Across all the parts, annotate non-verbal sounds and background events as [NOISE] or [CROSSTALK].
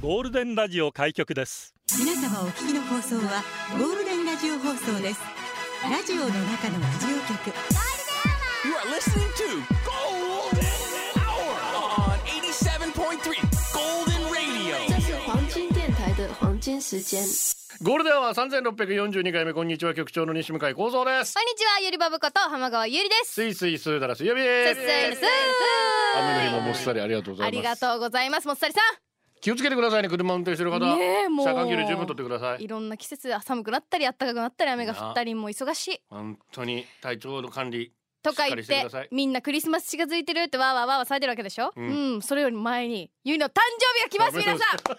ゴールデンラジオ開局です皆様お聞きの放送はゴールデンラジオ放送ですラジオの中のラジオ局 You are listening to Golden Hour on 87.3 Golden Radio. 这是黄金电台的黄金时间。ゴールデンは三千六百四十二回目こんにちは局長の西向井光三ですこ。んにちは、ゆりばぶこと浜川ゆりです。スイスイスーダラス予備。すっすいす雨の日もーもっさりありがとうござあいりまがす。とうございます、もっさりさ気をつけてくださいね車運転してる方。ん。ねえ、もう。車間距離十分取ってくださいい。ろんな季節、寒くなったり、暖かくなったり、雨が降ったり、もう忙しい。本当に体調の管理。とか言っしっかりしてくてださいみんなクリスマス近づいてるってわーわーわーわー騒いでるわけでしょ、ううんん、それより前にゆいの誕生日が来まおすめでとう皆さん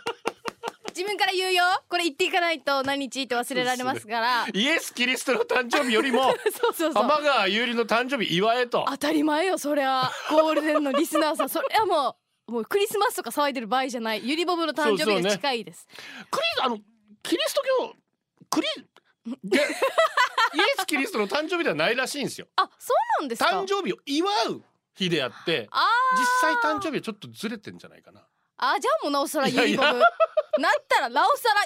自分から言うよこれ言っていかないと何日って忘れられますから [LAUGHS] イエスキリストの誕生日よりも [LAUGHS] そうそうそう浜川優里の誕生日祝えと。当たり前よそりゃゴールデンのリスナーさんそりゃもうもうクリスマスとか騒いでる場合じゃないゆりボブのそう誕生そうね日が近いですクリあのキリスト教クリ [LAUGHS] でイエスキリストの誕生日ではないらしいんですよ。あそうなんですか誕生日を祝う日であってあ実際誕生日はちょっとずれてんじゃないかな。あじゃあもうなおさらいやゆいりやボブなったらなおさら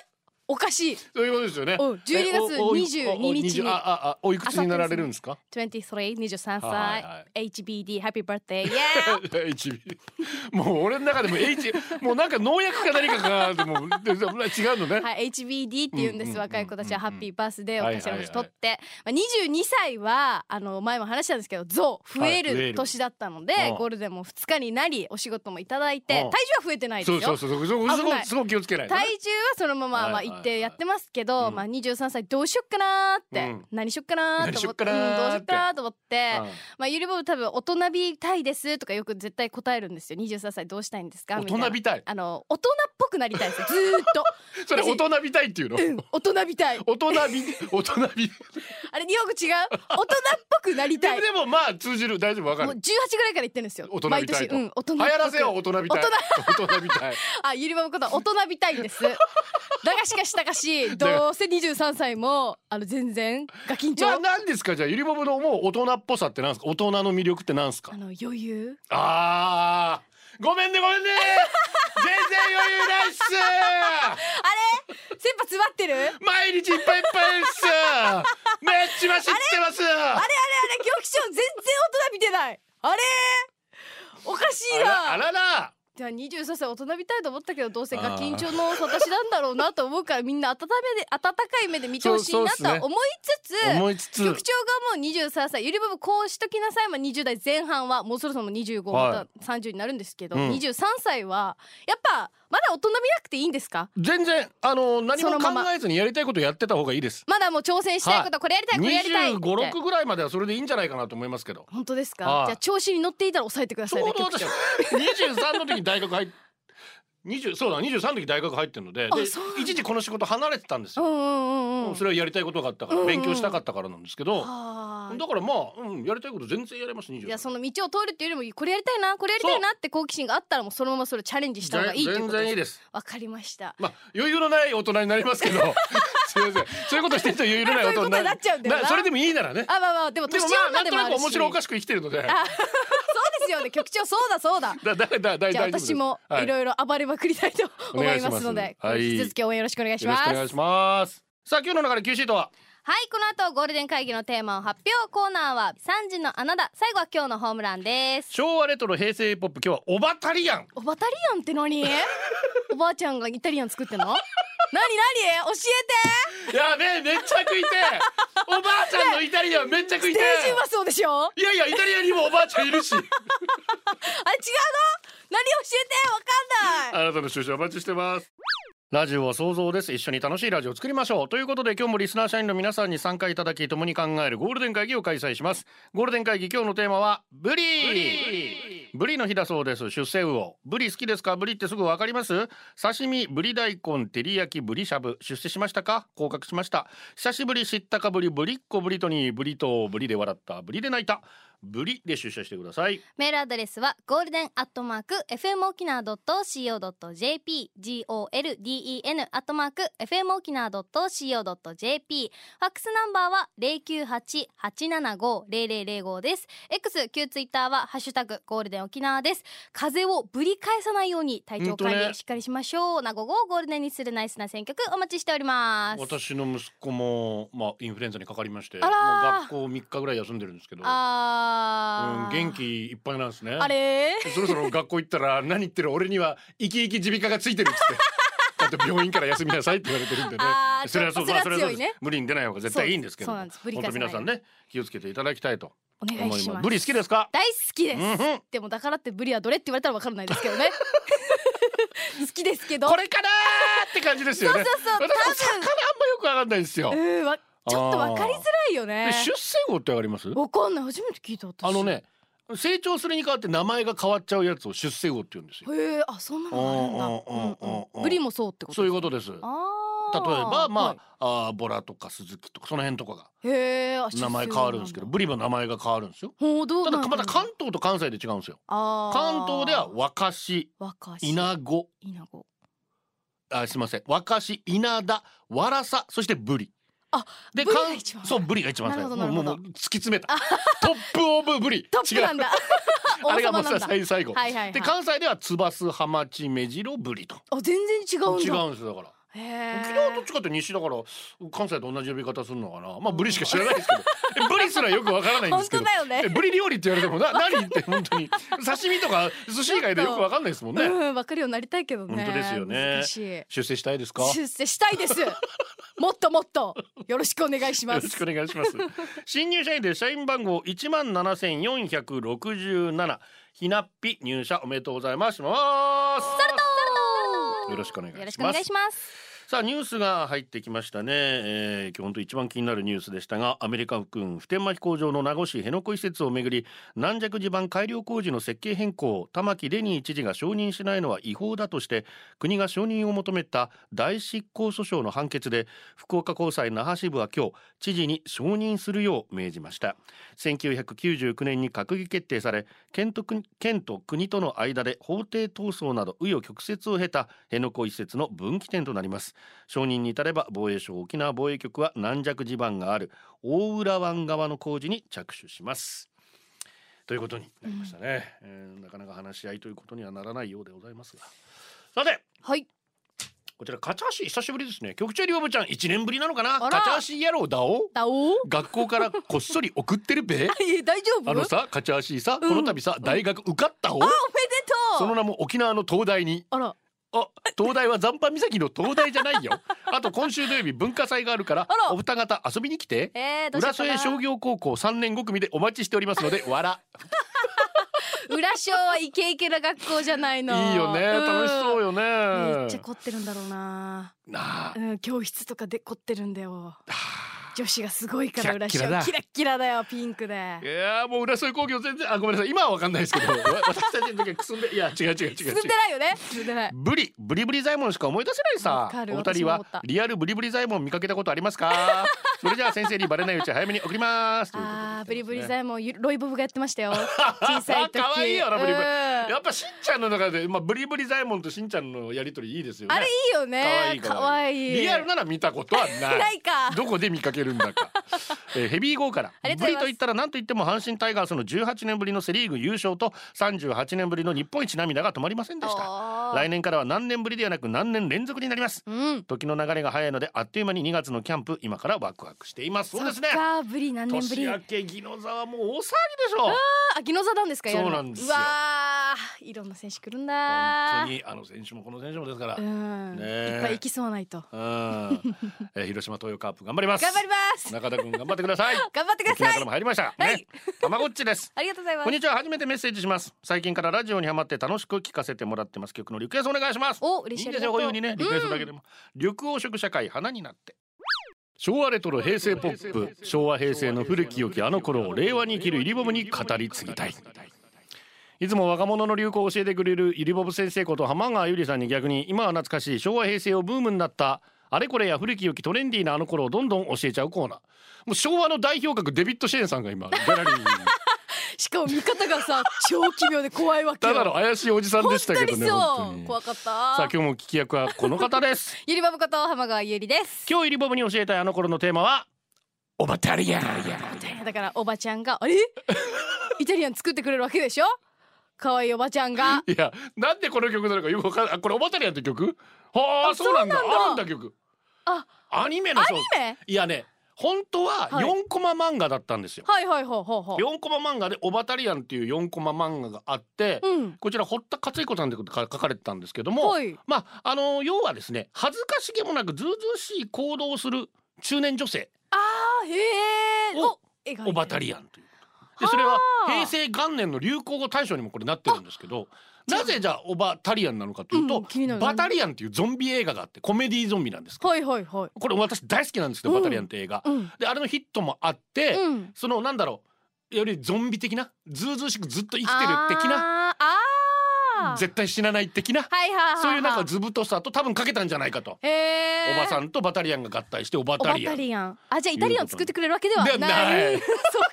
おかしいそういうことですよね。うん12月えおお22日にあああおいくつになられるんですか。 2323歳、はいは HBD ハッピーバース [LAUGHS] デーイエ HB [LAUGHS] もう俺の中でも H もうなんか農薬か何かかなでもでで違うのね。ーはい HBD ってうんう言うんでんうんうんす若い子たちはハッピーバースデーはいをはいはい頭文字取ってまあ22歳はあの前も話したんですけど増増えはい増えるる年だったのでうんゴールデンも2日になりお仕事もいただいて体うん重は増えてないですそうよそうそうそうそうす危ごないいすごい気をつけないとね。体重はそのままはまあいはいはい一定やってますけど、うんまあ23歳どうしよっかなーって、うん何しよっかなーと思って、何しよっかなーってうんどうしよっかなーと思って、うんまあゆりぼぶ多分大人びたいですとかよく絶対答えるんですよ23歳どうしたいんですかみた大いな人びたいあの大人っぽくなりたいですずーっ [LAUGHS] それ大人びたいっていうの。と、うん、大人びたい大人び大人びあれ日本語違う大人っぽくなりでたいでもまあ通じる大丈夫わかもうる18。ぐらいから言ってるんですよ大人毎びたい年、と。うん、大人っ流ぽく行らせよう大人びたい。大人び [LAUGHS] たい。あゆりばむことは大人びたいんです [LAUGHS] だがしかしたかしどうせ23歳もあの全然が緊じゃあ張何ですかじゃあゆりぼぶの思う大人っぽさってなんですか大人の魅力ってなんですかあ。の余裕あーごめんねごめんね全然余裕ないっす先輩詰まってるあれあれ毎日いっぱいいっぱいっすめっちゃ走ってますああれ狂気症全然大人びてないあれおかしいらあらならじゃあ23歳大人びたいと思ったけどどうせが緊張の私なんだろうなと思うからみんな温めで温かい目で見てほしいなそうそうっすねと思いつつ思いつつ局長がもう23歳ゆりぼぶこうしときなさい、まあ、20代前半はもうそろそろもう25、はいまた30になるんですけど、うん23歳はやっぱまだ大人びなくていいんですか全然あの何そもの考ままえずにやりたいことやってた方がいいですまだもう挑戦したいこと、はいこれやりたいこれやりたい2 5って五6ぐらいまではそれでいいんじゃないかなと思いますけど本当ですか、はいじゃあ調子に乗っていたら抑えてくだちさいょねうど局私長23の時に大学入って20そうだ23の時大学入ってるのでであそうなんだ一時この仕事離れてたんですうんよ、うんうんうんそれはやりたいことがあったから、うんうん勉強したかったからなんですけど、はあだからまあ、うん、やりたいこと全然やれます23いやその道を通るっていうよりもこれやりたいなこれやりたいなって好奇心があったらもうそのままそれをチャレンジした方がいいという全こと然いいですです。わかりましたまあ余裕のない大人になりますけ [LAUGHS] ど、すいません。そういうことしてると余裕のない大人にそういうことになっちゃうんだよなそれでもいいならね。あまあまあでもで年もまあな女んでともあなくるし面白おかしく生きてるので、だあそうですよね局長そうだそうだだだだ大じゃあ丈夫です。私もはいろいろ暴れまくりたいとお思願いいしますますので、はい引き続き応援よろしくお願いしよろしますくお願いします。さあ今日の流れ Q シートははいこの後ゴールデン会議のテーマを発表コーナーは3時のあなた最後は今日のホームランです昭和レトロ平成ポップ今日はオバタリアン。おばタリアンって [LAUGHS] 何おばあちゃんがイタリアン作ってんの何何教えやべえめっちゃ食いてえ。おばあちゃんのイタリアンめっちゃ食いてて定え住。はそうでしょあれ違うのいやいやイタリアにもおばあちゃんいるし。何教えてわかんないあなたの出社お待ちしてます。ラジオは想像です。一緒に楽しいラジオを作りましょう。ということで今日もリスナー社員の皆さんに参加いただき、共に考えるゴールデン会議を開催します。ゴールデン会議今日のテーマは、ブリブリの日だそうです。出世魚。ブリ好きですかブリってすぐわかります刺身、ブリ大根、照り焼き、ブリしゃぶ。出世しましたか合格しました。久しぶり、知ったかぶり、ブリっ子、ブリトニー、ブリと、ブリで笑った、ブリで泣いた。ブリで出社してくださいメールアドレスはゴールデンアットマーク FM 沖縄 .co.jp golden アットマーク FM 沖縄 .co.jp ファックスナンバーは098-875-0005です。X 旧ツイッターはハッシュタグゴールデン沖縄です。風邪をぶり返さないように体調管ほんと理ねしっかりしましょう。な午後をゴールデンにするナイスな選曲お待ちしております。私の息子もまあインフルエンザにかかりましてもあうらー学校3日ぐらい休んでるんですけど、うん、あー、元気いっぱいなんですねあれそろそろ学校行ったら何言ってる俺には生き生き耳鼻科がついてるっつ [LAUGHS] って。あと病院から休みなさいって言われてるんでねあ。ーそれはそう、ちょまっあとそれそれはそうは強でいねす。無理に出ない方が絶対いいんですけどそうも、なんですぶり本当返にさない皆さんね気をつけていただきたいとお願い思いしま。ますす。ブリ好きですか？大好きです、うんうんでもだからってブリはどれって言われたらわからないですけ [LAUGHS] どね好きですけどこれかなーって感じですよね。そうそう私も魚あんまよくわかんないんですよう。ーわちょっとわかりづらいよねで出世魚ってわかります？わかんない初めて聞いた私あのね、成長するに変わって名前が変わっちゃうやつを出世魚って言うんですよ。へえあそんなのがあるんだうんうんうんうんうんうんブリもそうってことそういうことです。例えあーばまはあ、あーボラとかスズキとかその辺とかがいへえあ名前変わるんですけどブリも名前が変わるんですよほうどうたなだんまた関東と関西で違うんですよあー関東では若し若し稲子稲子あすいません若し稲田わらさそしてブリあでブリが関一番そうブリが一番最なる後ほどもうもうなもるうほ突き詰めたトップオブブリトップな違んうだ王様あれがもうなんだ最最後はいはいはいで関西では翼ハマチメジロブリとあ全然違うんだ違うんですよだからへえ沖縄どっちかって西だから関西と同じ呼び方するのかなまあブリしか知らないですけどえブリすらよくわからないんで本すけ当どだよねえブリ料理って言われてもな何って本当に刺身とか寿司以外でよくわかんないですもんねうん、わかるようになりたいけどね。本当ですよね難しい。出世したいですか出世し [LAUGHS] たいです。もっともっとよろしくお願いしよまろすし。くお願いします [LAUGHS] 新入社員で社員番号一万七千四百六十七ひなっぴ入社おめでとうございますしますよろしくお願いしますよろしくお願いします。さあニュースが入ってきましたね、えー、今日本当一番気になるニュースでしたがアメリカ軍普天間飛行場の名護市辺野古移設をめぐり軟弱地盤改良工事の設計変更を玉城デニー知事が承認しないのは違法だとして国が承認を求めた大執行訴訟の判決で福岡高裁那覇支部は今日知事に承認するよう命じました1999年に閣議決定され県と国県と国との間で法廷闘争など紆余曲折を経た辺野古移設の分岐点となります承認に至れば防衛省沖縄防衛局は軟弱地盤がある大浦湾側の工事に着手しますということになりましたね、えーなかなか話し合いということにはならないようでございますがさてはい。こちら勝橋久しぶりですね局長リオブちゃん一年ぶりなのかなあら勝橋野郎だおだおー。学校からこっそり送ってるべ [LAUGHS] え大丈 [LAUGHS] 夫？あのさ勝橋さこうんの度さ、大学受かったおあおめでとう。その名も沖縄の東大にあらあ東大は残波岬の東大じゃない [LAUGHS] よあと今週土曜日文化祭があるからあらお二方遊びに来てえー、どうしよ浦うかな添商業高校三年5組でお待ちしておりますのでわら浦商はイケイケな学校じゃないの。いいよね楽しそうよ。よねめっちゃ凝ってるんだろうな。なあうん、教室とかで凝ってるんだよ。女子がすごいからキラッ浦キ商ラだキラッキラだよピンクでい。やーもう浦添工業全然あごめんなさい今はわかんないですけど [LAUGHS] わ私たちの時はくすんでいや違う違う違う違進んうでないよね。進んでない。ブリブリブリ左衛門しか思い出せないさわかるお二人私も思はったリアルブリブリ左衛門見かけたことありますか [LAUGHS] それじゃあ先生にバレないうち早めに送りますということであーブリブリね左衛門ゆロイボブがやってま [LAUGHS] したよ小さい時可愛いよなブリブリうんやっぱしんちゃんの中で、まあ、ブリブリ左衛門としんちゃんのやりとりいいですよね。あれいいよね可愛い可愛いリアルなら見たことはない。ないかどこで見かけるんだ [LAUGHS] か。えーヘビー号からありがブとうございリますと言ったら何と言っても阪神タイガースの18年ぶりのセ・リーグ優勝と38年ぶりの日本一涙が止まりませんでした。おー来年からは何年ぶりではなく何年連続になります。うん時の流れが早いのであっという間に2月のキャンプ今からワクワクしています。そうですねそっ。かブリ何年ぶ年りあ明け宜野沢もう大騒ぎでしょ。秋野座なんですかやるのそうなんですようわーいろんな選手来るんだ本当にあの選手もこの選手もですから。うん、ねえいっぱい行きそうないとうんえー広島東洋カープ頑張ります頑張ります中田君頑張ってください [LAUGHS] 頑張ってくだ沖縄さかいらも入りました、はねい、たまごっちですありがとうございまこんすにちは初めてメッセージします最近からラジオにハマって楽しく聞かせてもらってます曲のリクエストお願いしますお嬉しいいいですよこういう風にねリクエストだけでも、緑黄色社会花になって昭和レトロ平成ポップ昭和平成の古き良きあの頃を令和に生きるイリボブに語り継ぎたいいつも若者の流行を教えてくれるイリボブ先生こと浜川ゆりさんに逆に今は懐かしい昭和平成をブームになったあれこれや古き良きトレンディーなあの頃 [LAUGHS] をどんどん教えちゃうコーナーもう昭和の代表格デビッド・シェーンさんが今ギャラリーにしかも見方がさ超奇妙で怖いわけたよだの怪しいおじさんでしたけどね本当本当にそうに怖かったさあ今日も聞き役はこの方ですゆりばぶこと浜川ゆりです今日ゆりぼぶに教えたいあの頃のテーマはおばたりやだからおばちゃ [LAUGHS] んがあれイタリアン作ってくれるわけでしょ可愛いおばちゃんがいやなんでこの曲なのかよくわかんないあこれおばたりやって曲はああそうなんだそうなんだあるんだ曲あアニメのアそうニメいやね本当ははい4コマ漫画だったんですよ、はいはいほうほうほ4コマ漫画で「オバタリアン」っていう4コマ漫画があって、ううんこちら堀田勝彦さんってことが書かれてたんですけども、はいまああの要はですね恥ずかしげもなくずうずうしい行動をする中年女性あーへえおお描いてるオバタリアンということではあそれは平成元年の流行語大賞にもこれなってるんですけどなぜじゃあオバタリアンなのかというと、うん気になるバタリアンっていうゾンビ映画があってコメディゾンビなんですけどはいはいはいこれ私大好きなんですけど、うんバタリアンって映画。うんであれのヒットもあって、うんそのなんだろうよりゾンビ的なずうずうしくずっと生きてる的なあーあー絶対死なない的なはいはいはいはいそういうなんか図太さと多分かけたんじゃないかと、へえおばさんとバタリアンが合体しておバオタバリアタンリアンあじゃあイタリアン作ってくれるわけではないではない [LAUGHS] そっか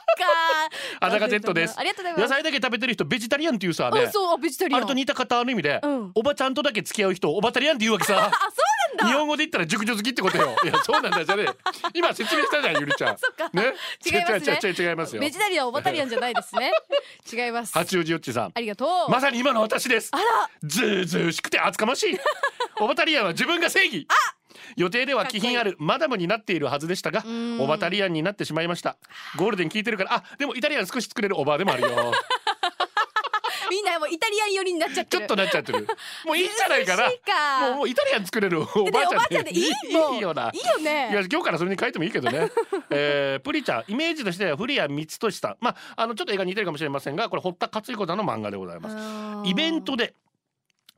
あだか Z ですありがとうございま野す菜だけ食べてる人ベジタリアンっていうさうねんそうあベジタリアあンれと似た方の意味で、うんおばちゃんとだけ付き合う人をおバタリアンって言うわけさあそうなんだ日本語で言ったら熟女好きってことよいやそうなんだじゃねえ今説明したじゃんゆりちゃん [LAUGHS] そっかね違いますね違う違う違う違いますよベジタリアンオバタリアンじゃな [LAUGHS] いですね違います八王子よっちさんありがとうまさに今の私です。ずうずうしくて厚かまし [LAUGHS] い。オバタリアンは自分が正義。予定では気品あるマダムになっているはずでしたが、んオバタリアンになってしまいました。ゴールデン聞いてるから、あ、でもイタリアン少し作れるおばあでもあるよ。みんなもうイタリアン寄りになっちゃってちょっるとなっちゃって [LAUGHS] る。もういいんじゃないかな。美しいかもうもうイタリアン作れるおばでおばああちちゃんゃんでいいもんいいよな。いいよねいや今日からそれに書いてもいいけど [LAUGHS] ね、えー、プリちゃんイメージとしては古谷光俊さんまああのちょっと映画に似てるかもしれませんがこれ堀田勝彦さんの漫画でございますイベントで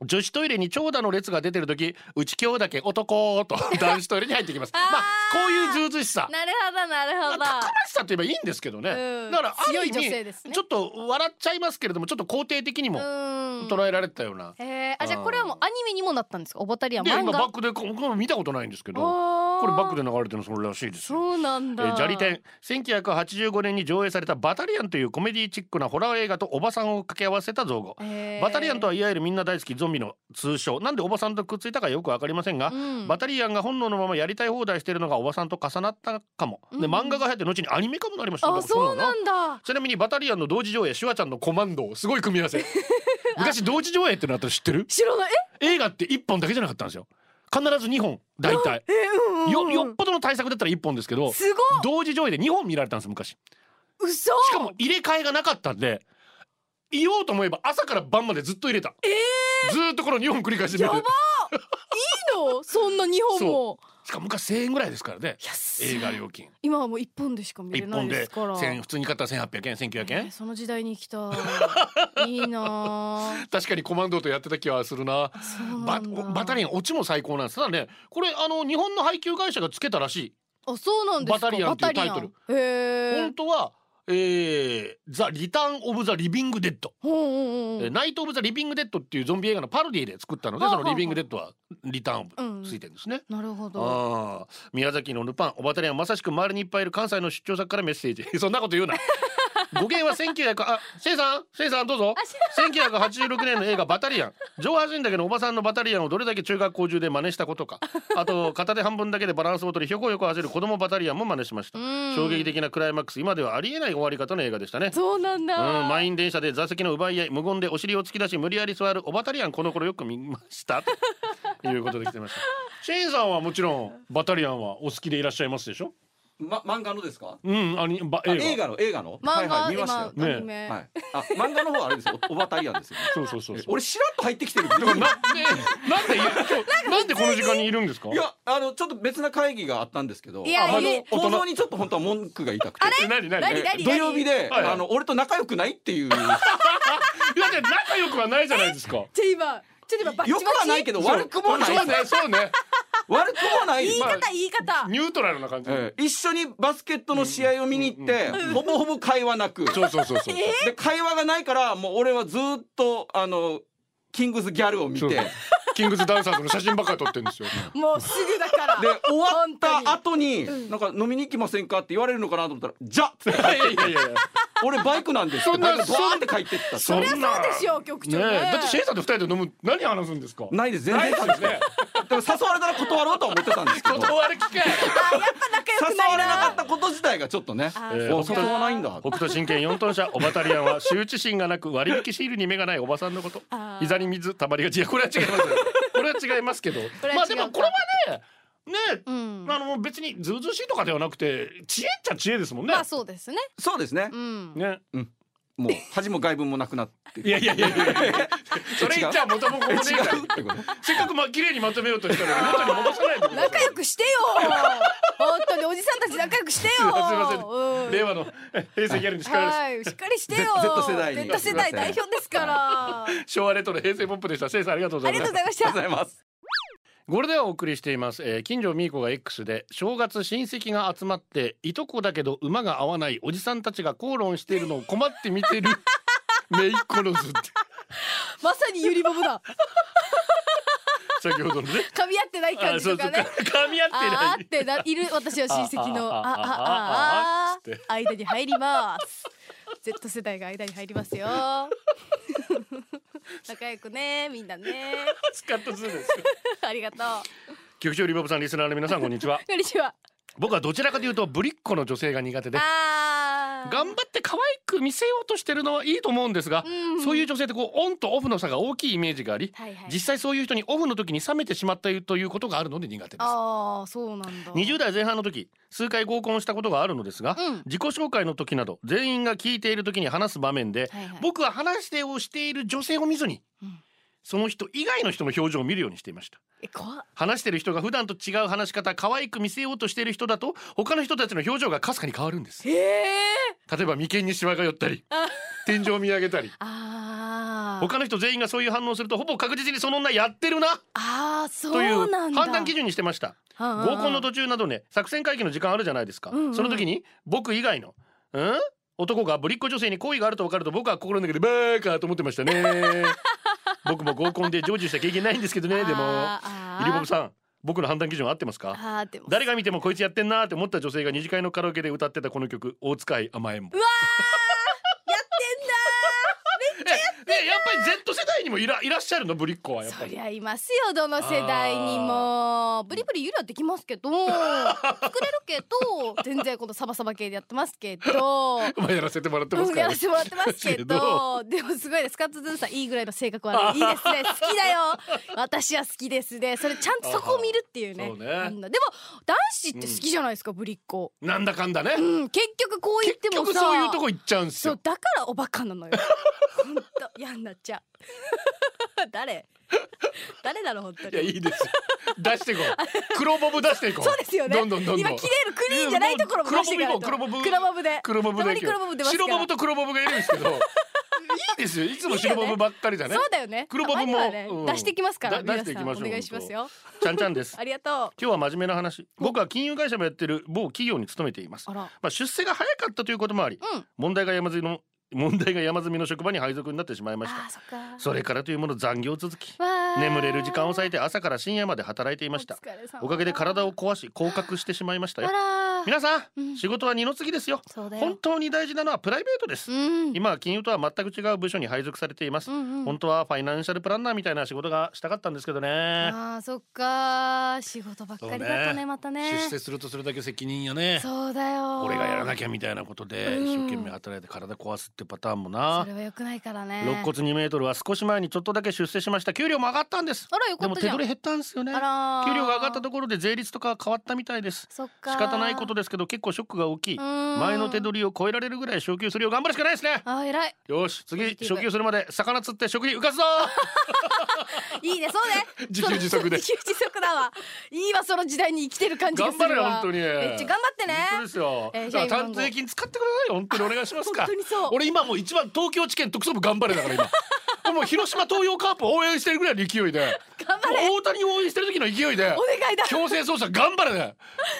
女子トイレに長蛇の列が出てる時うち今日だけ男 [LAUGHS] と男子トイレに入ってきますまあこういうずうずうしさなるほどなるまあほどたくましさといえばいいんですけどね、うんだからある意強い味、女性ですねちょっと笑っちゃいますけれどもちょっと肯定的にもうん捉えられたような、へえあじゃあこれはもうアニメにもなったんですかオバタリアンで今漫バ画ックでここ見たことないんですけどここれバックで流れてるのそれらしいですよそうなんえだー砂利店1985年に上映された「バタリアン」というコメディチックなホラー映画とおばさんを掛け合わせた造語、へーバタリアンとはいわゆるみんな大好きゾンビの通称なんでおばさんとくっついたかよくわかりませんが、うんバタリアンが本能のままやりたい放題してるのがおばさんと重なったかも、で漫画が流行って後にアニメ化もなりましたあそうなんだちなみにバタリアンの同時上映シュワちゃんのコマンドすごい組み合 [LAUGHS] わせ昔同時上映ってのあったの知ってる知らない映画って1本だけじゃなかったんですよ必ず2本大体ええうんうんよよっぽどの対策だったら1本ですけどすごい同時上映で2本見られたんです昔嘘しかも入れ替えがなかったんで言おうと思えば朝から晩までずっと入れた、ずーっとこの2本繰り返してや見ばていいのそんな日本もしかも昔1000円ぐらいですからね映画料金今はもう一本でしか見れ1ない本でですから1000普通に買ったら1800円1900円、えーその時代に行きた [LAUGHS] いいいなあ確かにコマンドとやってた気はするなそうなバんだバタリアンオチも最高なんですただねこれあの日本の配給会社がつけたらしあそうなんですかバタリアンっていうタイトルバタい、リアンへえ本当はえーザ・リターン・オブ・ザ・リビング・デッドほんうんえーナイト・オブ・ザ・リビング・デッドっていうゾンビ映画のパロディで作ったのではあそはあのリビング・デッドはリターン・オうんブついてるんですね、なるほあどあ宮崎のルパンおばたりはまさしく周りにいっぱいいる関西の出張先からメッセージ [LAUGHS] そんなこと [LAUGHS] 言うな語源は1900あせいさんせいさんどうぞ1986年の映画「バタリアン」上半身だけのおばさんのバタリアンをどれだけ中学校中で真似したことかあと片手半分だけでバランスを取りひょこひょこ走る子供バタリアンも真似しましたうん衝撃的なクライマックス今ではありえない終わり方の映画でしたねそうなんだうん、満員電車で座席の奪い合い無言でお尻を突き出し無理やり座るおバタリアンこの頃よく見ましたということで来てましたシェーンさんはもちろんバタリアンはお好きでいらっしゃいますでしょま、漫画のですかうんあにばあ映映画画の映画の漫はいは画い、見ました今よねアニメはい、あ漫画の方はあれですよおばたりやんですよ、ね、そうそうそうえそう俺しらっと入ってきてるだからなんでなんでいや今日なんでこの時間にいるんですかいやあのちょっと別な会議があったんですけどいやあのいえ構造にちょっと本当は文句が言いたくてえ何何何え何何土曜日で、はいはいあの俺と仲良くないっていうよくいやいや仲良くはないじゃないですかじゃあ今ちょっと今バッチバチはないけど悪くもなそういねそうね悪くもない言い方言い方ニュートラルな感じ、ええ一緒にバスケットの試合を見に行って、ほぼほぼ会話なく、そうそうそうそう [LAUGHS] で会話がないからもう俺はずっとあのキングスギャルを見そうてキングズダンサーズの写真ばっかり撮ってるんですよ。もうすぐだからで終わっ本た当後になんか飲みに行きませんかって言われるのかなと思ったら「じゃっ!」いやいやいや。俺バイクなんですってそんなバイクバーンって帰ってったそんなにそうでしょう局長ねねえだってシェイさんと二人で飲む何話すんですか。ないです全然ないですねでも誘われたら断ろうとは思ってたんですけど誘断る機会。仲良くないわれなかったこと自体がちょっとねあーおそ誘っかわないんだ北斗神拳四トン車オバタリアンは羞恥心がなく割引シールに目がないおばさんのことあー膝に水たまりがちいやこれは違いますこれは違いますけどこれは違うかまあでもこれはねねうんあの別にずうずうしいとかではなくて知恵っちゃ知恵ですもんねまあそうですねそうですねうんねもう恥も外聞もなくなっていやいやいやいやそれ言っちゃ元も子もえね違えからうってことせっかくまあ綺麗にまとめようとしたのに元に戻さないでください仲良くしてよ本当におじさんたち仲良くしてよすいませんうん令和のえ平成ギャルに叱られますはいしっかりしてよ Z- Z 世代に Z 世代代表ですからあ昭和レトロ平成ポップでしたシェイさんありがとうございりまがすとうござありがとういましたございますゴールデンをお送りしています、えー近所みーこが X で正月親戚が集まっていとこだけど馬が合わないおじさんたちが口論しているのを困って見 [LAUGHS] てるめいっ子の図ってまさにゆりぼぶだ先ほどのね噛み合ってない [LAUGHS] 感じとかあねそうそうか噛み合ってあなーっいてないる私は親戚のああああああああああつって間に入ります Z 世代が間に入りますよ仲良くねみんなねスカッとするんですありがとう局長リボブさんリスナーの皆さんこんにちはこんにちは僕はどちらかというとぶりっ子の女性が苦手であー頑張って可愛く見せようとしてるのはいいと思うんですが、うんそういう女性ってこうオンとオフの差が大きいイメージがあり、はいはい実際そういう人にオフの時に冷めてしまったということがあるので苦手ですああそうなんだ20代前半の時数回合コンしたことがあるのですが、うん自己紹介の時など全員が聞いている時に話す場面で、はいはい僕は話してをしている女性を見ずに、うんその人以外の人の表情を見るようにしていましたえ怖っ話してる人が普段と違う話し方可愛く見せようとしている人だと他の人たちの表情がかすかに変わるんですええ例えば眉間にシワが寄ったりあ天井を見上げたりあー他の人全員がそういう反応をするとほぼ確実にその女やってるなあーといそううなんだ判断基準にしてました合合コンの途中などね作戦会議の時間あるじゃないですか、うんうんその時に僕以外のうん男がぶりっ子女性に好意があると分かると僕は心の中でバーカーと思ってました [LAUGHS] ね僕も合コンで成就した経験ないんですけどねでもイリボブんさん僕の判断基準合ってますかあーでも誰が見てもこいつやってんなーって思った女性が二次会のカラオケで歌ってたこの曲大塚愛甘えんぼう [LAUGHS] わーやってんだえやっぱり Z 世代にもいらいらっしゃるのぶりっ子はやっぱそりりゃいますよどの世代にもブリブリゆりはできます [LAUGHS] けど作れるけど全然このサバサバ系でやってますけどまあやらせてもらってますうんかやら、らねせ、てもらってますけけどどでもすごいですスカッツズーさんいいぐらいの性格はねいいですね好きだよ私は好きですねそれちゃんとそこを見るっていうねあーそうねなんだでも男子って好きじゃないですか、ぶりっ子なんだかんだね、うん結局こう言っ結ても局さそういうとこ行っちゃうんすそようだからおバカなのよ。本当嫌になっちゃう。 [LAUGHS] 誰？誰だろう本当いやいに。いですよ出していこ [LAUGHS] う黒ボブ出していこうそうですよね。どんどんどんど今ん切れるクリーンじゃないところも出していかないと。黒ボブも黒ボブで。黒ボブたまだにけ黒ボブ出ますから。白ボブと黒ボブがいるんですけどいいですよいつも白ボブばっかりだねそうだよね。黒ボブもたまにはねうん出してきますかだら。皆出していさきんまおしょう願いしますよ。ちゃんちゃんですありがと今日は真面目な話僕は金融会社もやってる某企業に勤めていますう。あら。まあ出世が早かったということもありうん。問題が山積みの問題が山積みの職場に配属になってしまいましたあーそっか。それからというもの残業続きわー眠れる時間を割いて朝から深夜まで働いていましたお疲れ様おかげで体を壊し降格してしまいましたあよらー。皆さうんん仕事は二の次ですよそうだよ。本当に大事なのはプライベートですうん。今は金融とは全く違う部署に配属されていますうんうん。本当はファイナンシャルプランナーみたいな仕事がしたかったんですけどねあーそっかー仕事ばっかりだそとうねねまたねするとそれだけ責任やねそうだよ俺がやらなききゃみたいなことでうん一生懸命働いて体壊すってパターンもなゃそれは良くないからね肋骨2メートルは少し前にちょっとだけ出世しました給料も上がったんですあらよかでっもたじ手ゃん取り減ったんですよねあらー給料が上がったところで税率とかは変わったみたいですそっか仕方ないことでですけど結構ショックが大きい前前の手取りを超えられるぐらい昇給するよう頑張るしかないですねあー偉いよしポ次ジティブ昇給するまで魚釣って食費浮かすぞいいねそうね [LAUGHS] [LAUGHS] 自給自足でその自給自足だわいいわその時代に生きてる感じがす頑張れるよわ本当にめっちゃ頑張 [LAUGHS] ってね本当ですよ、えーだからじゃあ今後単税金使ってくださいよ本当にお願いしますか本当にそう俺今も [LAUGHS] う一番東京地検特捜部頑張れだから今もう広島東洋カープを応援してるぐらいの勢いで頑張れ大谷を応援してる時の勢いで [LAUGHS] お願いだ強制捜査頑張れね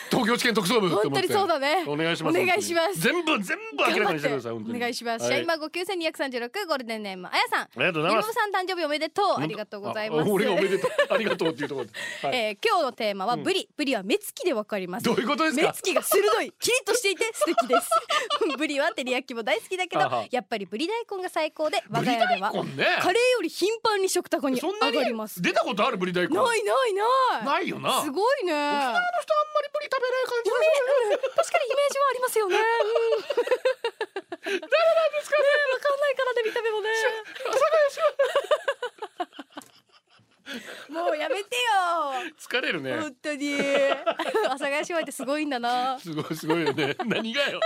東京地検特捜部って本思当ってにそうだねお願いしますお願いします本当に全部全部明らかにしてください頑本張って当にお願いしますは社い員番号9236ゴールデンネームあやさんありがとうござゆいまろぶすさん誕生日おめでとうありがとうございますあ俺がおめでとうありがとうっていうところで、はい [LAUGHS] えー今日のテーマはブリ、ブリは目つきでわかりますどういうことです目かつきが鋭 [LAUGHS] いキリッとしていて素敵です [LAUGHS] ブリは照り焼きも大好きだけどははやっぱりブリ大根が最高で我が家ではこんねカレーより頻繁に食卓にそんな上にがります出たことあるブリ大根ないないないないよなすごい沖ね縄の人あんまりブリ食べない感じがうん確かにイメージはありますよね、うん、誰なんですかねえわかんないからね見た目もねもうやめてよ疲れるね本当に [LAUGHS] 阿佐ヶ谷姉妹ってすごいんだなすごいすごいよ [LAUGHS] ね何がよ、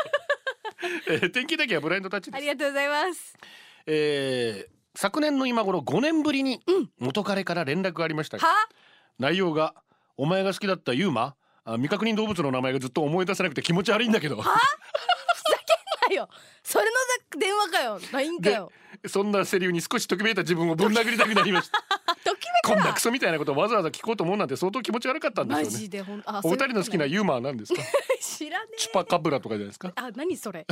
えー天気だけはブラインドタッチであすりがとうございますえー昨年の今頃5年ぶりに元彼から連絡がありましたが、は内容が「お前が好きだったユーマあ未確認動物の名前がずっと思い出せなくて気持ち悪いんだけどだよそれのだ電話かよ LINE かよ [LAUGHS] そんなセリフに少しときめいた自分をぶん殴りたくなりましたあときこめん [LAUGHS] くなわクソみたいなことをわざわざ聞こうと思うなんて相当気持ち悪かったんでマすよねジでほんあお二人の好きなそういうユーマは何ですかことね知らねえチュパカブラとかじゃないです [LAUGHS] かあ何それ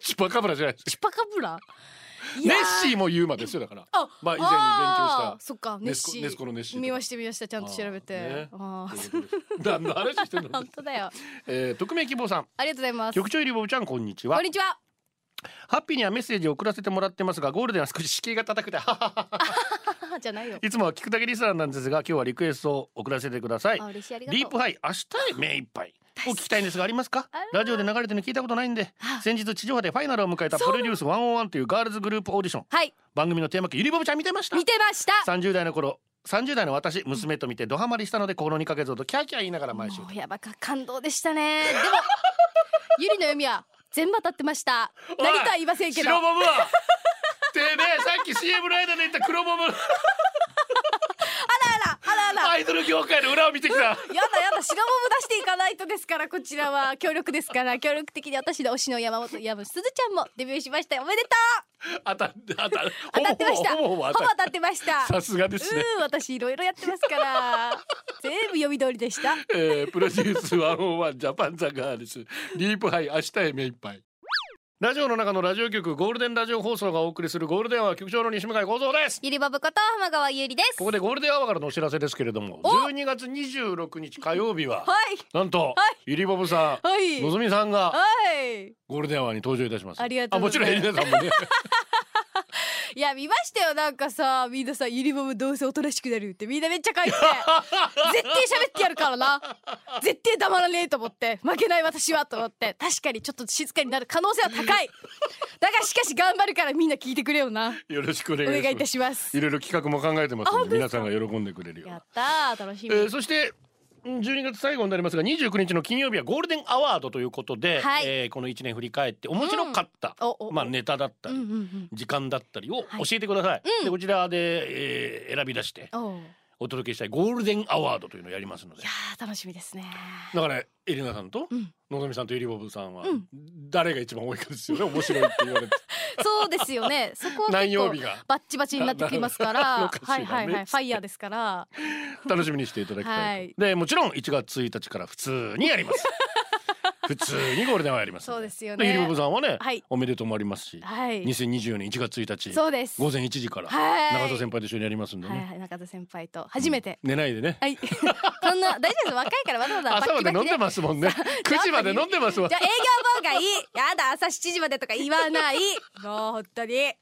チュパカブラじゃないですチュパカブラ [LAUGHS] いネやッシーもユーマですよだ [LAUGHS] からあまあ以前に勉強したあーそっかネネッスコシーネスコのネッシーとか見ました見ましたちゃんと調べあーてねあーということで何の話してんの本、当だよえー、匿名希望さんありがとうございます局長ゆりぼぶちゃんこんにちはこんにちはハッピーにはメッセージを送らせてもらってますがゴールデンは少し敷居が高くて母じゃないよいつもは聞くだけリスナーなんですが今日はリクエストを送らせてくださいあ嬉しいありがとうリープハイ明日へ目いっぱいを聞きたいんですがありますかあらラジオで流れてるの聞いたことないんで先日地上波でファイナルを迎えたプロデュース101というガールズグループオーディションはい番組のテーマ曲ゆりぼぶちゃん見てました見てました30代の頃30代の私娘と見てドハマりしたのでこの2ヶ月ほどキャーキャー言いながら毎週もうやばか感動でしたねでも [LAUGHS] ゆりの読みは全部当たってましたおい何とは言いませんけど白ボブはてめ [LAUGHS] えさっき CM の間で言った黒ボブあらあらアイドル業界の裏を見てきたやだやだ白もぶ出していかないとですからこちらは [LAUGHS] 協力ですから協力的に私の推しの山本山本すずちゃんもデビューしましたよおめでと当た当たう当たってましたほぼほほぼぼ当当たったってましたさすがですね、うん私いろいろやってます [LAUGHS] から全部読み通りでしたえー、プロデュース101ジャパンザガールズリープハイ明日へ目いっぱいラジオの中のラジオ局ゴールデンラジオ放送がお送りするゴールデンは局長の西向井光三ですゆりばぶこと浜川ゆりですここでゴールデンアワーからのお知らせですけれども12月26日火曜日ははいなんと、ゆりぼぶさん、はいのぞみさんがはいゴールデンアワーに登場いたしますありがとうございますあもちろんエリナさんもね [LAUGHS] いや見ましたよなんかさみんなさ「ゆりももどうせおとなしくなる」ってみんなめっちゃ書い [LAUGHS] てて絶対喋ってやるからな絶対黙らねえと思って負けない私はと思って確かにちょっと静かになる可能性は高いだがしかし頑張るからみんな聞いてくれよなよろしくお願いしおます願いいたしますいろいろ企画も考えてますあの本で当で皆すさかんが喜んでくれるようやなったー楽しみ、えーそしてん12月最後になりますが29日の金曜日はゴールデンアワードということで、はいえーこの1年振り返って面白かった、うんおおおまあ、ネタだったり、うんうん時間だったりを教えてください、でこちらで、えー選び出してうんおういお届けしたいゴールデンアワードというのをやりますのでやー楽しみですねだからエリナさんと、うんのぞみさんとゆりぼぶさんは、うん誰が一番多いかですよね面白いって言われて [LAUGHS] そうですよねそこは何結曜構日がバッチバチになってきますからおかしいなはいはいはねいファイヤーですから楽しみにしていただきたいと、はいでもちろん1月1日から普通にやります [LAUGHS] 普通にゴールデンはやりますのそうですよねゆりぼぶさんはね、はいおめでとうもありますし、はい2020年1月1日そうです午前1時からはい中田先輩と一緒にやりますんでね、はいはい中田先輩と初めて、寝ないでねはいそんな大丈夫です若いからまだまだバ朝まッキでバキ飲んでねますも [LAUGHS] んね9時まで飲んでますわじゃあ営業妨害やだ朝7時までとか言わないもう本当に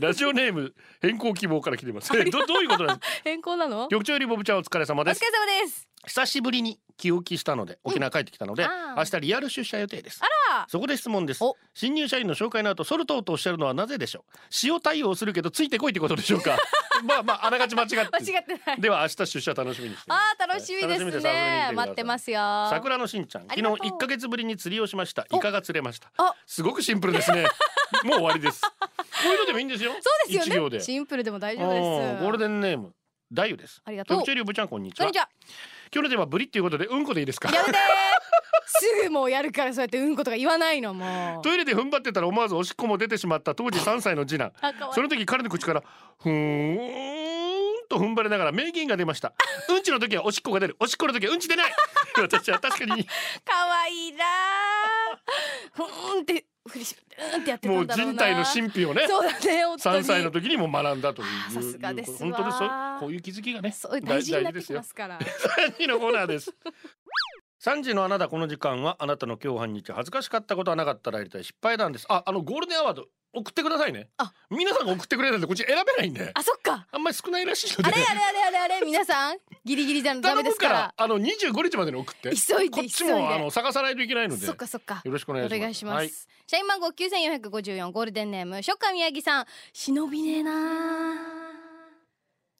ラジオネーム変更希望から来てますえどどういうことなんですか [LAUGHS] 変更なのお疲れ局長よりぼぶちゃんお疲れ様です様です久しぶりに気をきしたので沖縄帰ってきたので、あー明日リアル出社予定ですらそこで質問ですお新入社員の紹介の後ソルトとおっしゃるのはなぜでしょう塩対応するけどついてこいってことでしょう [LAUGHS] かまあまああながち間違って間違ってないでは明日出社楽しみにしてますあー楽しみです楽しみねです遊びに来てください待ってますよ桜のしんちゃんあ昨り日がと1うヶ月ぶりに釣りをしましたイカが釣れましたあすごくシンプル [LAUGHS] ですねもう終わりですこういうのでもいいんですよそうです一よ行ねでシンプルでも大うん丈夫ですゴールデンネームダユですありがとう局長リブちゃんこんにちこんはにちは今日のテーマはブリっていうことでうんこでいいですかやめてーすぐもうやるからそうやってうんことか言わないのもうトイレで踏ん張ってたら思わずおしっこも出てしまった当時3歳の次男あかわいいその時彼の口から「ふーん」んと踏ん張りながら名言が出ましたうんちの時はおしっこが出るおしっこの時はうんち出ない私は確か [LAUGHS] に可愛いなーふーんって振り絞ってうーんってやってたもんうだろうな人体の神秘をねそうだね本当に3歳の時にもう学んだというあーさすがですわ本当にそうこういう気づきがねそう大事になってですきよますから3時のコーナーです3時のあなたこの時間はあなたの今日半日恥ずかしかったことはなかったらやりたい失敗談ですああのゴールデンアワード送ってくださいねあ皆さんが送ってくれたんでこっち選べないんであそっかあんまり少ないらしいのあでれあれあれあれあれ皆さんギリギリじゃダ頼メでむすかかららあの25日までに送って急いでこっ急ちいでもあの探さないといけないのでそよっかそっかろしくお願おいします願いします、はい社員番号九千四百五十四ゴールデンネーム初夏宮城さん忍びねえなあ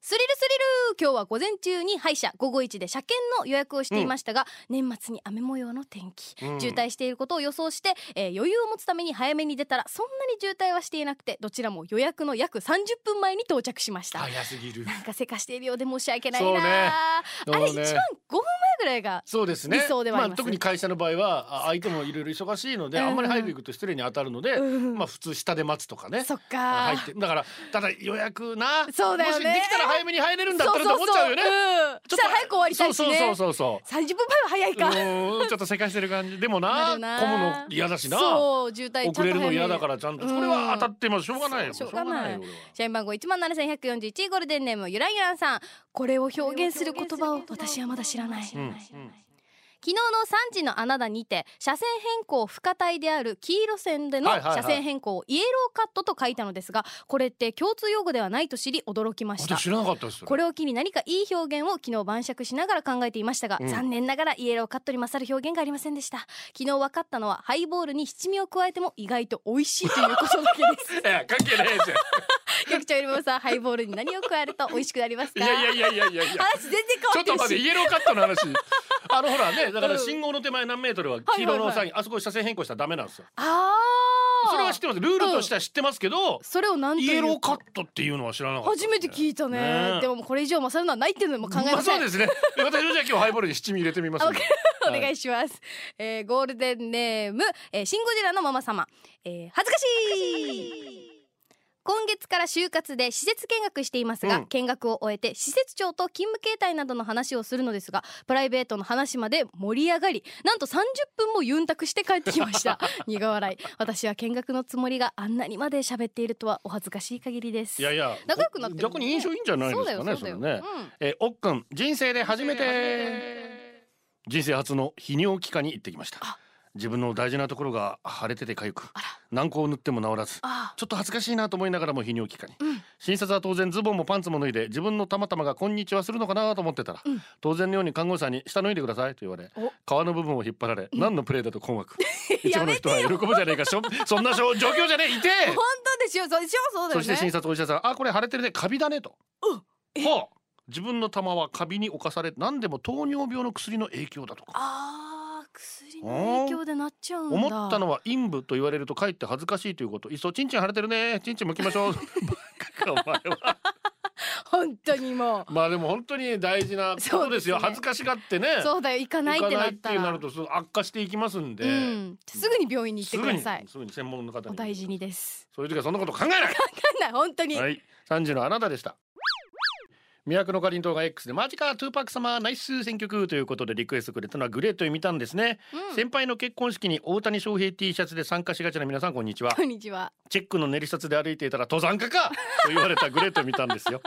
スリルスリル今日は午前中に歯医者午後一で車検の予約をしていましたが、年末に雨模様の天気、うん渋滞していることを予想して、えー余裕を持つために早めに出たらそんなに渋滞はしていなくてどちらも予約の約30分前に到着しました、早すぎるなんかせかしているようで申し訳ないなそうあ、ねあれそう一ね番5分前ぐらいがそうですね理想ではありまあ、す特に会社の場合はあ相手もいろいろ忙しいので、うんあんまり早く行くと失礼に当たるので、まあ普通下で待つとかねそっか入ってだからただ予約なそうだよねもしできたら早めに入れるんだったらと思っちゃうよねそうそうそうちょうんっとしたら早く終わりたいしねそうそうそうそう30分前は早いか、うーんちょっとせかしてる感じでもななるな混むの嫌だしなそう渋滞遅れるの嫌だからちゃんとうんこれは当たってもしょうがないよそうしょうがないしょうがよ社員番号1万7141ゴールデンネームゆらゆらんさんこれを表現する言葉を私はまだ知らない、俺はうんうん昨日の3時の穴田にて車線変更不可体である黄色線でのはいはいはい車線変更をイエローカットと書いたのですがこれって共通用語ではないと知り驚きました私知らなかったですよこれを機に何かいい表現を昨日晩酌しながら考えていましたが、うん残念ながらイエローカットに勝る表現がありませんでした昨日分かったのはハイボールに七味を加えても意外と美味しいということだけです [LAUGHS] いや関係ないやつや局長よりもさんハイボールに何を加えると美味しくなりますかい [LAUGHS] やいやいやいやいやいや話全然ち変ょわっってとる待ってしイエローカットの話 [LAUGHS] あのほらねだかうんら信号の手前何メートルは黄色のサイン、あそこ車線変更したらダメなんですよああそれは知ってますルールとしては知ってますけど、それをなんとイいエうかローカットっていうのは知らなかった初めて聞いたねねえでももうこれ以上勝るのはないっていうのも考えままあせそん、うですね私はじゃあ今日ハイボールに七味入れてみますんで [LAUGHS] お願いします、えーゴールデンネーム、えーシンゴジラのママ様、えー恥ずかしい今月から就活で施設見学していますが、うん見学を終えて施設長と勤務形態などの話をするのですがプライベートの話まで盛り上がりなんと30分もユンタクして帰ってきました [LAUGHS] 苦笑い私は見学のつもりがあんなにまで喋っているとはお恥ずかしい限りですいやいや仲良くなってるもんね逆に印象いいんじゃないですかねそうだよそうだれよね、えーおっくん人生で初めて人生初の泌尿器科に行ってきました自分の大事なところが腫れてて痒く軟膏を塗っても治らずあちょっと恥ずかしいなと思いながらも泌尿器科に、診察は当然ズボンもパンツも脱いで自分のたまたまが「こんにちは」するのかなと思ってたら、当然のように看護師さんに「下脱いでください」と言われお皮の部分を引っ張られ、何のプレーだと困惑 [LAUGHS] 一や部のめて人は喜ぶじゃねえかしょ [LAUGHS] そんなしょ状況じゃねえいてえ本当ですよそうでしょそうだよそねして診察お医者さん「あこれ腫れてるねカビだね」と。はあ自分の玉はカビに侵され何でも糖尿病の薬の影響だとかあー薬の影響でなっちゃうんだ思ったのは陰部と言われるとかえって恥ずかしいということいっそちんちん腫れてるねちんちん剥きましょう [LAUGHS] バカかお前は本当にもまあでも本当に大事なことですよそうですね恥ずかしがってねうそうだよ行かない行かってなないっってたらなるとそう悪化していきますんで、うん、すぐに病院に行っすてくぐだにさいすぐに専門の方おに大事にですそういう時はそんなこと考えないわ [LAUGHS] かんない本当に、はい、三時のあなたでした。魅惑のかりんとうが X でマジかトゥーパック様ナイス選曲ということでリクエストくれたのはグレートを見たんですね、先輩の結婚式に大谷翔平 T シャツで参加しがちな皆さんこんにちはこんにちはチェックの練り札で歩いていたら登山家かと言われたグレートを見たんです [LAUGHS] よ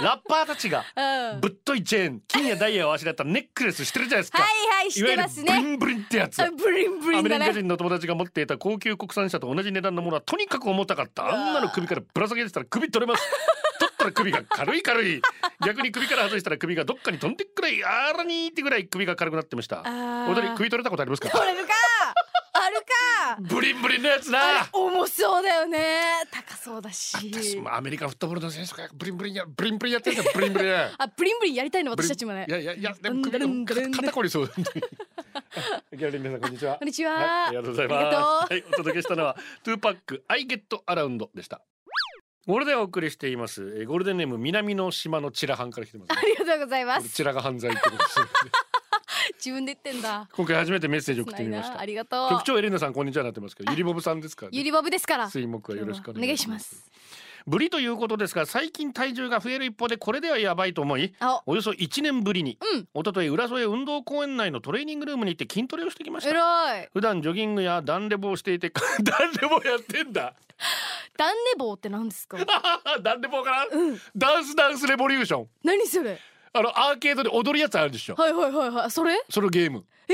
ラッパーたちがうんはいぶっといチェーン金やダイヤをあしらったネックレスしてるじゃないですか、はいしてますいわゆねるブリンブリンってやつあブリンブリアンメだリカね人の友達が持っていた高級国産車と同じ値段のものはとにかく重たかったあんなの首からぶら下げてたら首取れます [LAUGHS] 取ったら首が軽い軽い逆に首から外したら首がどっかに飛んでくらいあらにーってぐらい首が軽くなってましたーお二人首取れたことありますか取れるかあるかブリンブリンのやつあれな重そうだよね高そうだし私もアメリカンフットボールの選手がブリンブリンやブリンブリンやってんだよブリンブリンあブリンブリンやりたいの私たちもねいやいやいやでうもん首だるんだるんが肩こりそう [LAUGHS] だギャラリーの皆さんこんにちはこんにちは、はい、ありがとうございます。あはい、お届けしたのは、トゥーパック、I get around でした。ゴールデンをお送りしています。えーゴールデンネーム、南の島のチラハンから来てます、ね。ありがとうございまこれすチラが犯罪ってことですよね。 [LAUGHS] 自分で言ってんだ今回初めてメッセージ送ってみましないなたあ。りがとう局長エレナさん、こんにちはになってますけど、ゆりぼぶさんですから、ゆね。りぼぶですから水木はよろしくおお願願いいししまますす。ブリということですが最近体重が増える一方でこれではやばいと思いあおよそ1年ぶりに、うんおととい浦添運動公園内のトレーニングルームに行って筋トレをしてきました偉い普段ジョギングやダンレボをしてい [LAUGHS] てダンレボやってんだ [LAUGHS] ダンネボーって何ですかダンレボから、ダンスダンスレボリューション何それあのアーケードで踊るやつあるでしょはいはいはいはいそれそのゲーム [LAUGHS]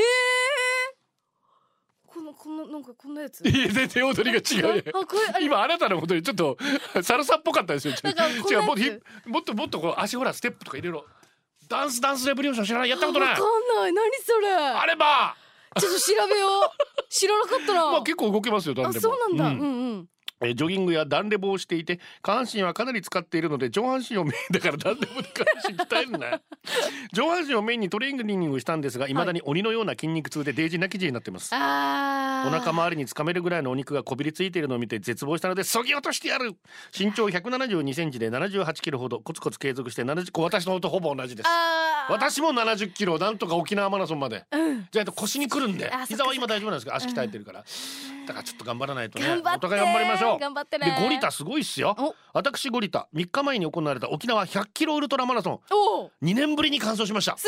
このこのなんかこんなやついや全然踊りが [LAUGHS] 違うよあこれあれ今あなたのことにちょっと [LAUGHS] サルサっぽかったですよ。なんかこん違なうもっやとつひもっともっとこう足ほらステップとかいろいろダンスダンスレボリューション知らないやったことなわいか。んない何それあればちょっと調 [LAUGHS] べよう知らなかったな、まあ結構動けますよダンあレボ。そうなんだ、うん、ううんえージョギングやダンレボをしていて下半身はかなり使っているので上半身をメイン [LAUGHS] だからダンレボで下半身鍛えるな。上半身をメインにトレーニングしたんですが未だに鬼のような筋肉痛でデイジー泣きじになってます。あおー腹周りにつかめるぐらいのお肉がこびりついているのを見て絶望したのでそぎ落としてやる身長172センチで78キロほどコツコツ継続して70こう私の方とほぼ同じですあー私も70キロなんとか沖縄マラソンまで、じゃあと腰にくるんであそっか膝は今大丈夫なんですけど足鍛えてるから、だからちょっと頑張らないとね頑張ってお互い頑張りましょう頑張ってねでゴリタすごいっすよお私ゴリタ3日前に行われた沖縄100キロウルトラマラソンおお2年ぶりに完走しましたす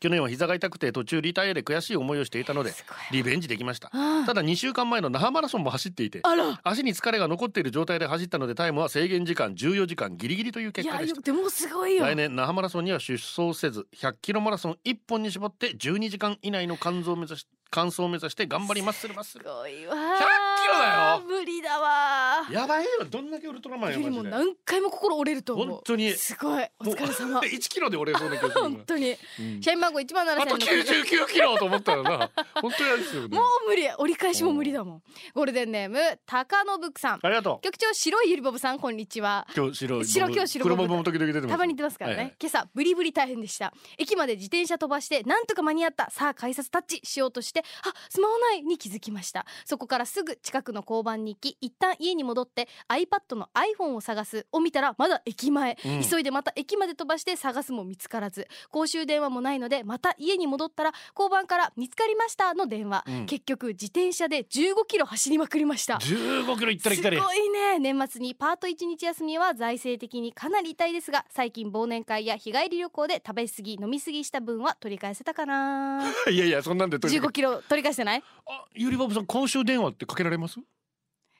去年は膝が痛くて途中リタイアで悔しい思いをしていたのでリベンジできましたただ2週間前の那覇マラソンも走っていてごいあら足に疲れが残っている状態で走ったのでタイムは制限時間14時間ギリギリというい結果やでしよたでもすごいよ来年那覇マラソンには出走せず100キロマラソン1本に絞って12時間以内の完走を目指し完走を目指して頑張りますするますするごいわ100キロだよ無理だわやばいよどんだけウルトラマンよやりマもジで何回も心折れると思う本当にすごいお疲れ様1キロで折れそうな気がす [LAUGHS] る本当に社員番号1万あと7000 99キロと思ったらな [LAUGHS] 本当にあれですよねもう無理折り返しも無理だもんゴールデンネーム高信さんありがとう局長白いゆりぼぶさんこんにちは今日白い白今日白黒ボブボブも時々出てますたまに出ますからね、はいはい今朝ブリブリ大変でした駅まで自転車飛ばしてなんとか間に合ったさあ改札タッチしようとしてあスマホないに気づきましたそこからすぐ近くの交番に行き一旦家に戻って iPad の iPhone を探すを見たらまだ駅前、うん急いでまた駅まで飛ばして探すも見つからず公衆電話もないのでまた家に戻ったら交番から見つかりましたの電話、うん結局自転車で15キロ走りまくりました15キロ行ったり来たりすごいね年末にパート1日休みは財政的にかなり痛いですが最近忘年会や日帰り旅行で食べ過ぎ飲み過ぎした分は [LAUGHS] 取り返せたかな [LAUGHS] いやいやそんなんでとにか15くキロ取り返してないあゆりぼぶさん公衆電話ってかけられます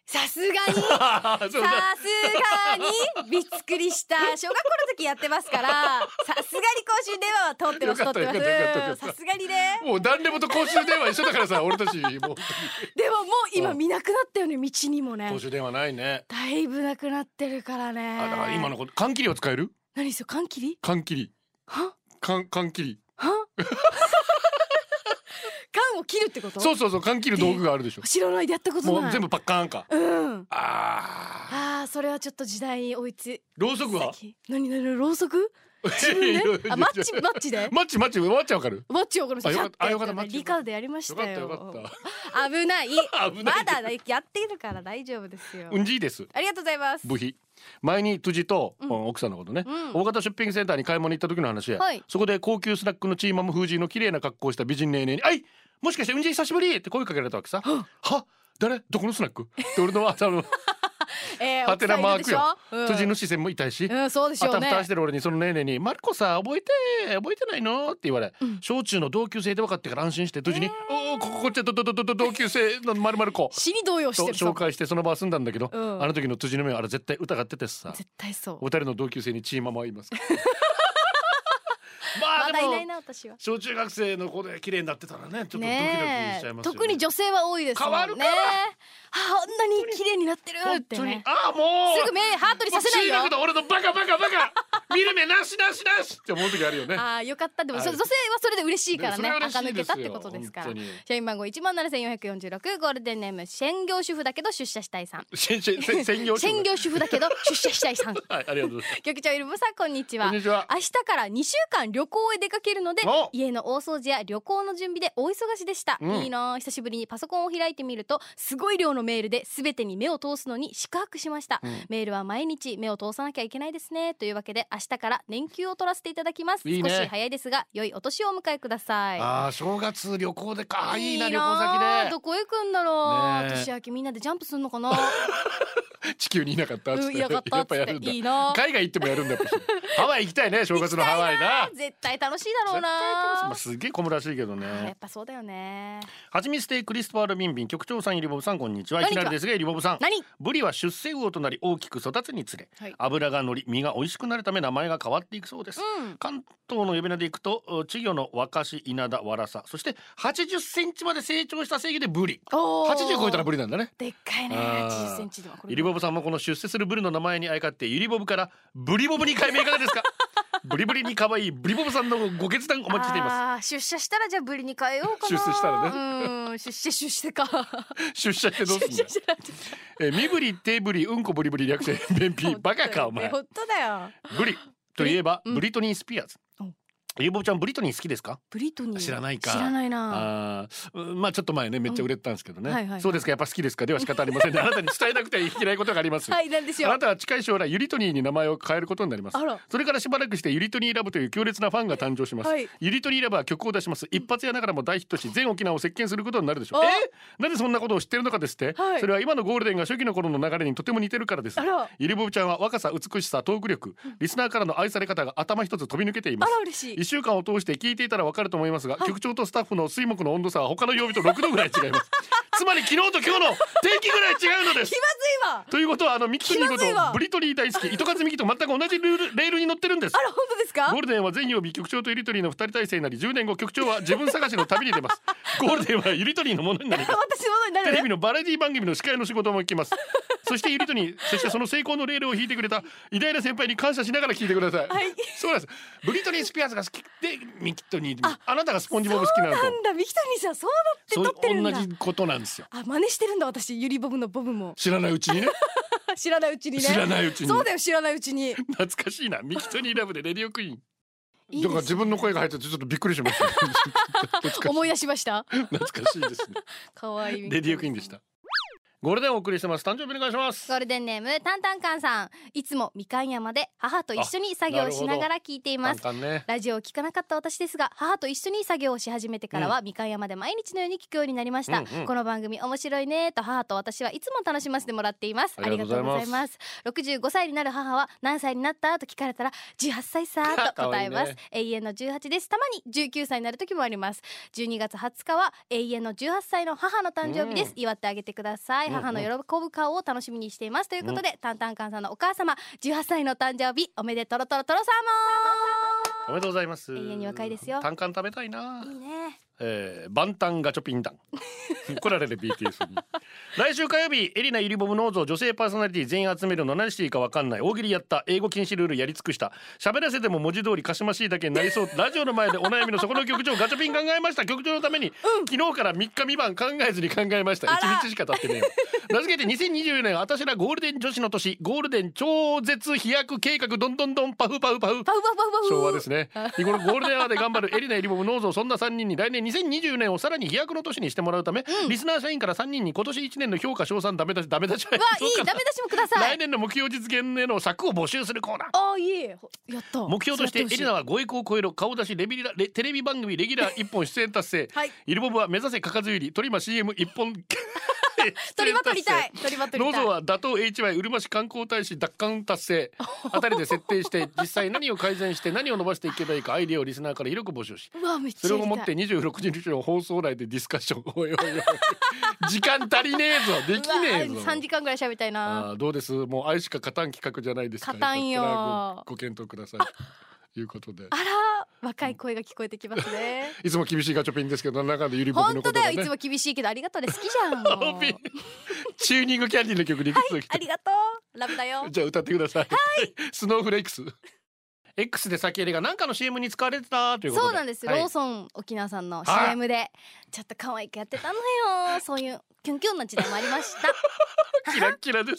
さすがにさああすそうだがにびっくりした小学校の時やってます [LAUGHS] からさすがに公衆電話は通ってますよ通かっったてまよかったよかっすたさすがにねもう誰でもと公衆電話一緒だからさ俺たちもう [LAUGHS] でももう今うん見なくなったよね道にもね公衆電話ないねだいぶなくなってるからねあだから今のこと缶切りは使える何それ缶切り缶切りは缶缶切り [LAUGHS] 缶を切るってことそうそうそう缶切る道具があるでしょ知らないでやったこともなうい全部パッカーンかうんああああそれはちょっと時代に追いつろうそくは先何何何ろうそく [LAUGHS] 自いやいや分いでやあマッチマッ [LAUGHS] チでマッチマッチマッチわかるマッチをこのあよかったあよかったマッチリカードやりましよかったたよよかっ危な [LAUGHS] い危ないまだやってるから大丈夫ですよたうんじいですありがとうございます部費前に辻と、奥さんのことね、うん大型ショッピングセンターに買い物行った時の話や、はいそこで高級スナックのチーマム風神の綺麗な格好をした美人ネーネーに「あいもしかしてうんじい久しぶり!」って声かけられたわけさ「は誰どこのスナック?」って俺の頭えハテナマークよ [LAUGHS] うん辻の視線も痛いし、うんそうでしあょたふうねたしてる俺にそのネーネーに「マルコさ覚えて覚えてないの?」って言われ、小中の同級生で分かってから安心して辻に「おおこここっちはどどどどど同級生のまるまる子」死に動揺しとてるそ紹う介してその場は済んだんだけど、うんあの時の辻の目はあれ絶対疑っててさ絶対そうお二人の同級生にチーママはいます [LAUGHS] かまあまだでいなもいな私は小中学生の子で綺麗になってたらねちょっとドキドキしねちゃいますよね特に女性は多いですもんね変わるからああんなに綺麗になってるって本当にねああもうすぐ目ハートにさせないよもう中学の俺のバカバカバカ見る目なしなしなしって思う時あるよねああよかったでもそはい女性はそれで嬉しいからそれねは嬉しい垢で抜けすよたってことですか本ら当に社員番号17446ゴールデンネーム専業主婦だけど出社したいさんせせ [LAUGHS] せ専業主婦専業主婦だけど出社した [LAUGHS] いさんはいありがとうございます局長ゆるぶさんこんにちはこんにちは明日から2週間旅行へ出かけるのでお家の大掃除や旅行の準備で大忙しでした、うんいいなあ久しぶりにパソコンを開いてみるとすごい量のメールで全てに目を通すのに四苦八苦しました、メールは毎日目を通さなきゃいけないですねというわけで明日から年休を取らせていただきますいいね少し早いですが良いお年をお迎えくださいああ正月旅行でかあいいな旅あ行先でどこ行くんだろう、ねえ [LAUGHS] 年明けみんなでジャンプするのかな地球にいなかったっつってうんいなかったやっっぱつやっるんてだいいな海外行ってもやるんだやっぱりハワイ行きたいね正月のハワイな絶対楽しいだろうなまあすっげえ小むらしいけどあーやねっぱそうだよねはちみつ亭クリストファールビンビン局長さんゆりぼぶさんこんにちはこいんにきちはなりですがゆりぼぶさん何ブリは出世魚となり大きく育つにつれ、はい脂が乗り身が美味しくなるため名前が変わっていくそうです、うん関東の呼び名でいくとう稚魚の若し稲田わらさそして80センチまで成長した制御でブリおー80超えたらブリなんだねでっかいねあー80センチでもこれゆりぼぶさんもこの出世するブリの名前にあやかってゆりぼぶからブリボブに改名いかがです [LAUGHS] かブリブリに可愛いブリボブさんのご決断お待ちしていますあー出社したらじゃあブリに変えようかな出世したらねうん出社出社か出社してどうすん出だ社したらえー身振り手振りうんこブリブリ略 [LAUGHS] して便秘バカかお前本当だよブリといえば、うんブリトニー・スピアーズうんゆりぼぶちゃんブリトニー好きですかブリトニー知らないか知らないなあーうんまあちょっと前ねめっちゃ売れてたんですけどね、うんはいはいはいそうですかやっぱ好きですかでは仕方ありませんねあなたに伝えなくてはいけないことがあります、はいなんでしあょうなたは近い将来ゆりトニーに名前を変えることになりますあらそれからしばらくしてゆりトニーラブという強烈なファンが誕生します、はいゆりトニーラブは曲を出します一発屋ながらも大ヒットし全沖縄を席巻することになるでしょうあえなんでそんなことを知ってるのかですって、はいそれは今のゴールデンが初期の頃の流れにとても似てるからですあらゆりぼぶちゃんは若さ美しさトーク力リスナーからの愛され方が頭一つ飛び抜けていまあすら嬉しい1週間を通して聞いていたらわかると思いますが、局長とスタッフの水木の温度差は他の曜日と6度ぐらい違います [LAUGHS] つまり昨日と今日の天気ぐらい違うのです気まずいわということはあのミキ君のこと気まずいわブリトリー大好き糸数ミキと全く同じルールレールに乗ってるんですあら本当ですかゴールデンは全曜日局長とゆりとりの2人体制になり10年後局長は自分探しの旅に出ますゴールデンはゆりとりのものになります私のものになテレるビのバラエティ番組の司会の仕事も行きます [LAUGHS] そしてゆりとにそしてその成功のレールを引いてくれた偉大な先輩に感謝しながら聞いてください、はいそうなんですブリトニー・スピアーズが好きでミキトニーあなたがスポンジボブ好きなのとなんだミキトニーさんそうそうだって撮ってるんだ同じことなんですよあ真似してるんだ私ゆりボブのボブも知らないうちに [LAUGHS] ねあ知らないうちにね知らないうちにそうだよ知らないうちに懐かしいなミキトニーラブでレディオクイーンいいですねだから自分の声が入っててちょっとびっくりしました懐思かい出しましたしい懐かしいですね可愛いレディオクイーンでしたゴールデンお送りしてます誕生日お願いしますゴールデンネームタンタンカンさんいつもみかん山で母と一緒に作業をしながら聞いています簡単ね [LAUGHS] ラジオを聞かなかった私ですが母と一緒に作業をし始めてからは、みかん山で毎日のように聞くようになりました、うんうんこの番組面白いねと母と私はいつも楽しませてもらっていますあありりががととううごござざいいまます65歳になる母は何歳になったと聞かれたら18歳さーと [LAUGHS] かわ答いいえねます、永遠の18ですたまに19歳になる時もあります12月20日は永遠の18歳の母の誕生日です、祝ってあげてください、うんうん母の喜ぶ顔を楽しみにしていますということで、タンタンカンさんのお母様18歳の誕生日おめでとろとろとろさおめでとうございます永遠に若いですよ単館食べたいなまーいいねえー、バンタンガチョピンダ [LAUGHS] ン怒られる BTS に来週火曜日エリナゆりボムノーゾ女性パーソナリティ全員集めるの何していいかわかんない大喜利やった英語禁止ルールやり尽くした喋らせても文字通りかしましいだけにな [LAUGHS] りそうラジオの前でお悩みのそこの局長ガチョピン考えました局長のために、昨日から3日未満考えずに考えました1日しか経ってねえよ名付けて2024年私らゴールデン女子の年ゴールデン超絶飛躍計画どんどんどんパフパフパフパフパフパフパ [LAUGHS] フ昭和ですね日頃ゴールデンアワーで頑張るエリナエリボムノーゾそんな3人に来年2020年をさらに飛躍の年にしてもらうため、リスナー社員から3人に今年1年の評価賞賛ダメ出しダ [LAUGHS] メ出しはわいいダメ出しもくださ来い年の目標実現への策を募集するコーナーあーいいほやった目標としてエそうやってほリナは5億を超える顔出しレビラレテレビ番組レギュラー1本出演達成、はいイルボブは目指せかかずゆりトリマ CM1 本鳥 [LAUGHS] 羽取りたい鳥羽取ノりーたいゾは打倒 HY うるま市観光大使奪還達成 [LAUGHS] あたりで設定して実際何を改善して何を伸ばしていけばいいかアイデアをリスナーから広く募集しうわめっちゃそれをもっやてり26日の放送内でディスカッションおいおいおい時間足りねえぞできたねえぞ [LAUGHS] うわ三時間ぐらい喋りたいなあーどうですもう愛しか勝たん企画じゃないですか勝たんよよかったらごご検討ください [LAUGHS] ということであら若い声が聞こえてきますね [LAUGHS] いつも厳しいガチョピンですけど中でゆりぼく本の当ことがだねよいつも厳しいけどありがとうで好きじ [LAUGHS] ゃんもうチューニングキャンディーの曲にいくつ来あたりがとうラブだよ [LAUGHS] じゃあ歌ってください。 [LAUGHS] スノーフレークス。X で先入れが何かの CM に使われてたということで。そうなんです、はいローソン沖縄さんのはい CM でちょっと可愛くやってたのよそういうキ [LAUGHS] ュンキュンな時代もありましたキラッキラです。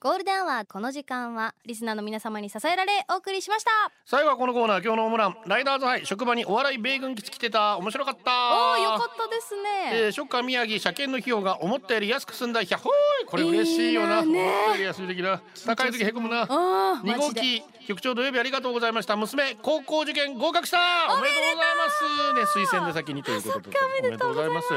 ゴールデンはこの時間はリスナーの皆様に支えられお送りしました最後はこのコーナー今日のオムランライダーズハイ職場にお笑い米軍基地来てた面白かったおーよかったですね、えー、ショッカー宮城車検の費用が思ったより安く済んだひゃほーいこれ嬉しいよなえーね思ったより安い的な高い時へこむなああ二マ号ジで機局長土曜日ありがとうございました娘高校受験合格したおめでとうございますね推薦で先にということでおめでとうございます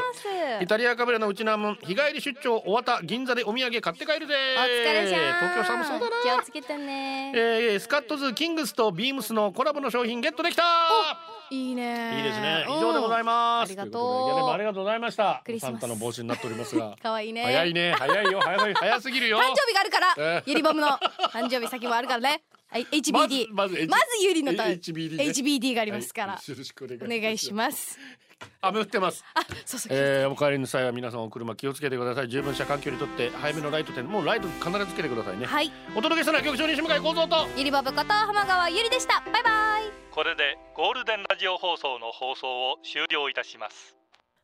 イタリアカブレのうちなもん日帰り出張終わった銀座でお土産買って帰るぜお疲れじゃん東京寒そうだな気をつけてね、えー、スカットズキングスとビームスのコラボの商品ゲットできたいいねいいですね以上でございますありがとういことでいやでもありがとうございましたクリスマサスンタの帽子になっておりますがかわい [LAUGHS] いね早いね早いよ早い早すぎるよ誕生日があるから、えーユリボム [LAUGHS] の誕生日先もあるからねはい HBD まずまず H- ユリの誕 HBD ね HBD がありますから、はいよろしくお願いお願いします雨降ってますあそうそう、えー、お帰りの際は皆さんお車気をつけてください十分車間距離とって早めのライト点もうライト必ずつけてくださいね、はいお届けしたのは局長西向井光三とユリボムこと浜川ゆりでしたバイバイこれでゴールデンラジオ放送の放送を終了いたします